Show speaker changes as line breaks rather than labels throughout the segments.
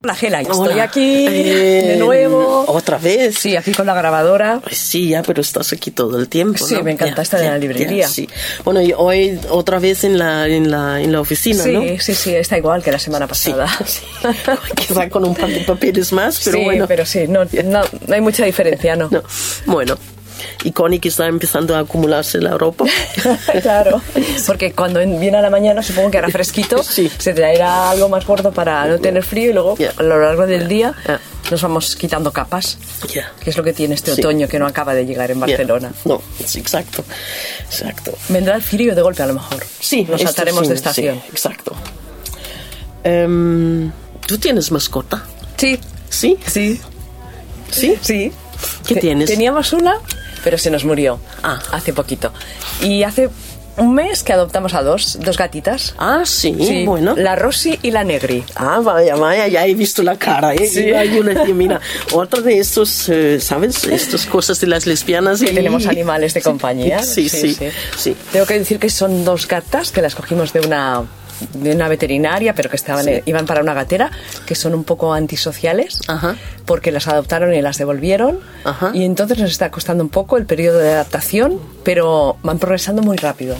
Plagela, y estoy aquí
Eh,
de nuevo.
¿Otra vez?
Sí, aquí con la grabadora.
Pues sí, ya, pero estás aquí todo el tiempo.
Sí,
¿no?
me encanta estar en la librería.
sí. Bueno, y hoy otra vez en la, en la, en la oficina,
sí,
¿no?
sí, sí, está igual que la semana pasada.
Sí. Quizá con un par de papeles más, pero
sí,
bueno.
pero sí, no, no, no hay mucha diferencia, ¿no?
No. Bueno, y Connie que está empezando a acumularse la ropa.
claro, porque cuando en- viene a la mañana supongo que hará fresquito,
Sí.
se traerá algo más gordo para no tener frío y luego
Yeah.
a lo largo del día
Yeah.
nos vamos quitando capas,
Yeah.
que es lo que tiene este
Sí.
otoño que no acaba de llegar en Barcelona.
Yeah. No, sí, exacto. Exacto.
Vendrá el frío de golpe a lo mejor.
Sí,
nos
esto
saltaremos
sí,
de estación.
sí, exacto. Em, ¿Tú tienes mascota?
Sí,
¿Sí?
sí,
¿Sí?
sí.
¿Qué
Te-
tienes?
Teníamos una, pero se nos murió
Ah.
hace poquito. Y hace un mes que adoptamos a dos, dos gatitas.
Ah, sí,
Sí,
bueno.
La Rosy y la Negri.
Ah, vaya, vaya, ya he visto la cara. ¿eh?
Sí.
Y hay una- y mira, otra de estos, eh, ¿sabes? Estas cosas de las lesbianas.
que
y-
tenemos animales de compañía.
Sí, sí, sí. sí.
Tengo que decir que son dos gatas que las cogimos de una de una veterinaria, pero que estaban eh, iban para una gatera, que son un poco antisociales,
Ajá.
porque las adoptaron y las devolvieron,
Ajá.
y entonces nos está costando un poco el periodo de adaptación, pero van progresando muy rápido.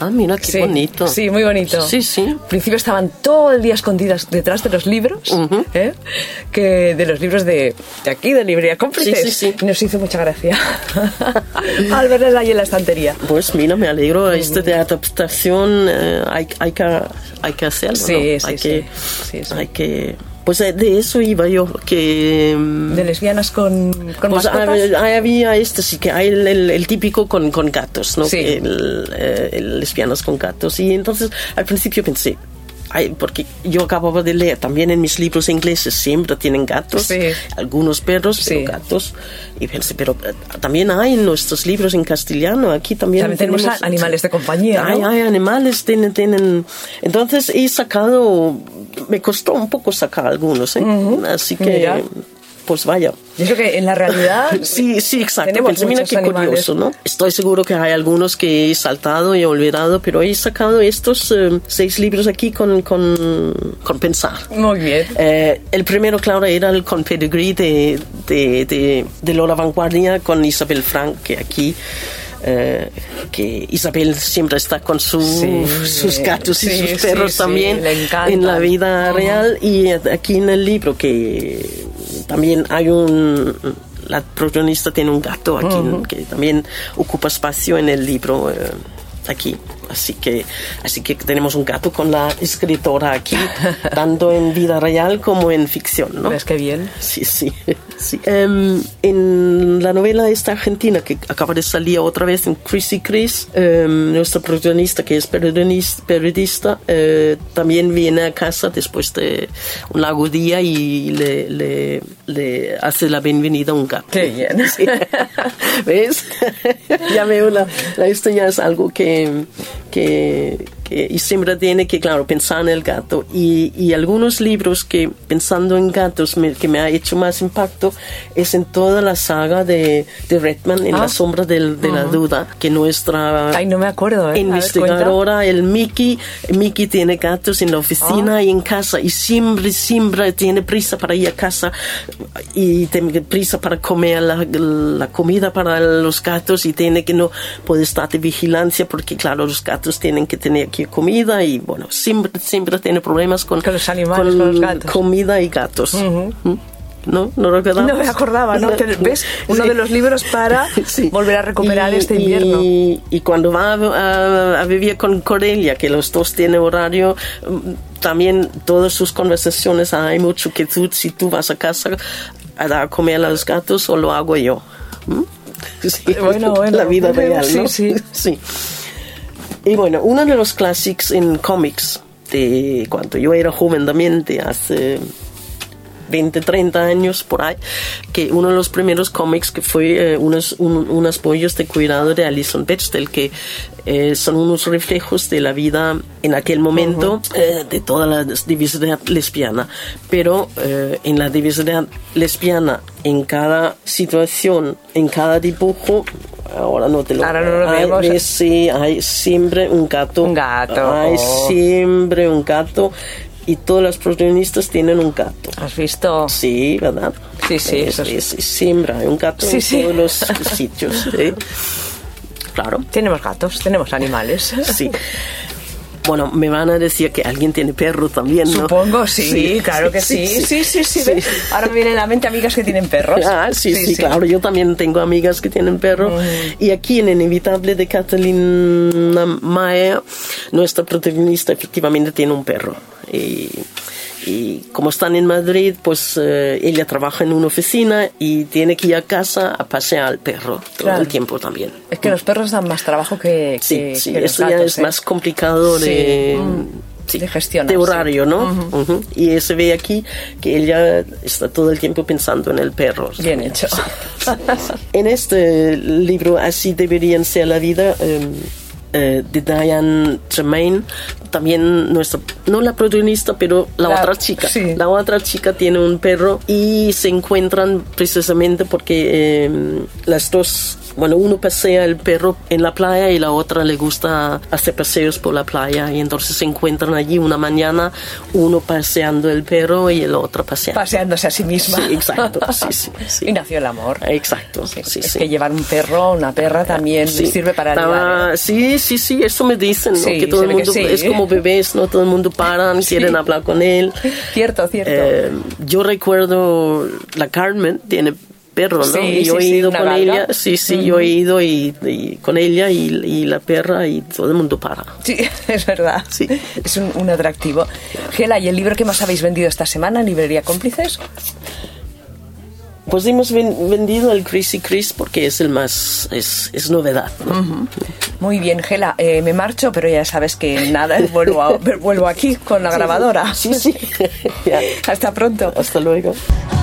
Ah, mira, qué
Sí,
bonito.
Sí, muy bonito.
Sí, sí.
Al principio estaban todo el día escondidas detrás de los libros, ¿eh? que de los libros de, de aquí, de librería cómplices.
Sí, sí, sí.
Nos hizo mucha gracia al verlas ahí en la estantería.
Pues mira, me alegro. Este de adaptación eh, hay, hay, que, hay que hacerlo.
Sí,
¿no?
sí,
hay
sí.
que,
Sí, sí.
Hay que. Pues eh, de eso iba yo, que. mm,
De lesbianas con, con
Pues
mascotas.
hab- hay- había este, sí que hay el, el- el típico con, con gatos, ¿no?
Sí.
El, eh, el lesbianas con gatos. Y entonces al principio pensé, ay, porque yo acababa de leer también en mis libros ingleses, siempre tienen gatos,
Sí.
algunos perros,
Sí.
pero gatos. Y pensé, pero eh, también hay en nuestros libros en castellano, aquí también.
También tenemos a- animales de compañía, ¿no?
Hay, hay animales, tienen, tienen. Entonces he sacado, me costó un poco sacar algunos, ¿eh? Así que,
Mira.
pues vaya.
Y eso que en la realidad.
Ah, Sí, sí, exacto.
Tenemos
Pensé, mira
muchos
qué
animales.
curioso, ¿no? Estoy seguro que hay algunos que he saltado y he olvidado, pero he sacado estos eh, seis libros aquí con, con, con pensar.
Muy bien.
Eh, el primero, claro, era el con Pedigree de, de, de, de Lola Vanguardia con Isabel Frank, que aquí. eh, que Isabel siempre está con su,
Sí,
sus gatos y
sí,
sus
sí,
perros
sí,
también
le encantan.
en la vida
Ujú.
real y aquí en el libro que también hay un la protagonista tiene un gato aquí que también ocupa espacio en el libro eh, aquí así que así que tenemos un gato con la escritora aquí tanto en vida real como en ficción no
¿Ves qué bien?
Sí, sí, sí. Em, en la novela esta argentina que acaba de salir otra vez en Chris y Chris, em, nuestro protagonista que es periodonista- periodista, eh, también viene a casa después de un largo día y le, le- le hace la bienvenida a un gato.
Qué bien.
Sí. ¿Ves? ya veo, la, la historia es algo que, que, que- y siempre tiene que, claro, pensar en el gato. Y, y algunos libros que pensando en gatos me- que me ha hecho más impacto es en toda la saga de, de Redman, en
Ah.
la sombra del- de la duda, que nuestra...
Ay, no me acuerdo, ¿eh? A ver,
Investigadora, el Mickey. Mickey tiene gatos en la oficina
Ah.
y en casa y siempre, siempre tiene prisa para ir a casa y tiene prisa para comer la, la comida para los gatos y tiene que no puede estar de vigilancia porque, claro, los gatos tienen que tener aquí comida y, bueno, siempre, siempre tiene problemas con,
Con los animales, con los gatos.
comida y gatos. ¿Mm? ¿No? ¿No lo recordabas?
No me acordaba, ¿no? Te- ¿Ves? Uno de los libros para
Sí.
volver a recuperar
Y-
este invierno.
Y, y cuando va a, a- a vivir con Corelia, que los dos tienen horario, mm, también todas sus conversaciones, hay mucho que tú, si tú vas a casa a dar a comer a los gatos o lo hago yo. ¿Mm? Sí,
Bueno, bueno.
la vida
Bueno,
real, ¿no?
sí, sí.
sí. Y bueno, uno de los clásicos en cómics, de cuando yo era joven también, de hace 20, 30 años por ahí, que uno de los primeros cómics que fue eh, unos, un- unas pollos de cuidado de Alison Bechdel, que eh, son unos reflejos de la vida en aquel momento eh, de toda la diversidad lesbiana. Pero eh, en la diversidad lesbiana, en cada situación, en cada dibujo, ahora no te lo
Ahora no lo
Hay
vemos.
veces sí, hay siempre un gato.
Un gato. Oh.
Hay siempre un gato. y todas las protagonistas tienen un gato.
¿Has visto?
Sí, ¿verdad?
Sí, sí,
Es,
eso es-
es- siembra un gato
Sí,
en
sí.
todos los sitios. ¿eh? Claro.
Tenemos gatos, tenemos animales.
Sí. Bueno, me van a decir que alguien tiene perro también, ¿no?
Supongo, sí, claro que sí. Sí, sí, sí. ve. Ahora me viene a la mente amigas que tienen perros.
Ah, sí, sí, claro. Yo también tengo amigas que tienen perro. Y aquí en Inevitable de Catalina Mayer, nuestra protagonista efectivamente tiene un perro. Y, y como están en Madrid, pues eh, ella trabaja en una oficina y tiene que ir a casa a pasear al perro todo
Claro.
el tiempo también.
Es que los perros dan más trabajo que.
Sí,
que-
sí,
que los
eso ya
gatos,
es
¿eh?
más complicado
Sí,
de,
mm,
sí,
de gestionar,
de
sí.
horario, ¿no? Ujú. Y se ve aquí que ella está todo el tiempo pensando en el perro.
Bien hecho.
En este libro, Así deberían ser la vida, eh, eh, de Diane Tremaine, también nuestra, no la protagonista, pero la,
La-
otra chica.
sí.
La otra chica tiene un perro y se encuentran precisamente porque eh, las dos, bueno, uno pasea el perro en la playa y la otra le gusta hacer paseos por la playa y entonces se encuentran allí una mañana, uno paseando el perro y el otro paseando.
Paseándose a sí misma.
Sí, exacto, sí, sí, sí.
Y nació el amor.
Exacto, sí, sí.
es que llevar un perro o una perra también
Sí.
sirve para
Estaba-
ayudar. ¿eh?
Sí, sí, sí, eso me dicen, ¿no?
Sí,
que todo
se
el
ve que
mundo
sí.
es como bebés, ¿no? Todo el mundo paran, quieren hablar con él.
Cierto, cierto.
Eh, yo recuerdo la Carmen tiene perro, ¿no?
Sí,
y yo
sí, sí,
he ido
una
con
galga.
ella, sí, sí, yo he ido y, y con ella y, y la perra y todo el mundo para.
Sí, es verdad.
Sí.
Es un, un atractivo. Gela, ¿y el libro que más habéis vendido esta semana en Librería Cómplices?
Pues hemos ven- vendido el Crazy Chris porque es el más, es, es novedad, ¿no?
Muy bien, Gela, eh, me marcho, pero ya sabes que nada, vuelvo, a- vuelvo aquí con la grabadora.
Sí, sí. Ya.
Hasta pronto.
Hasta luego.
I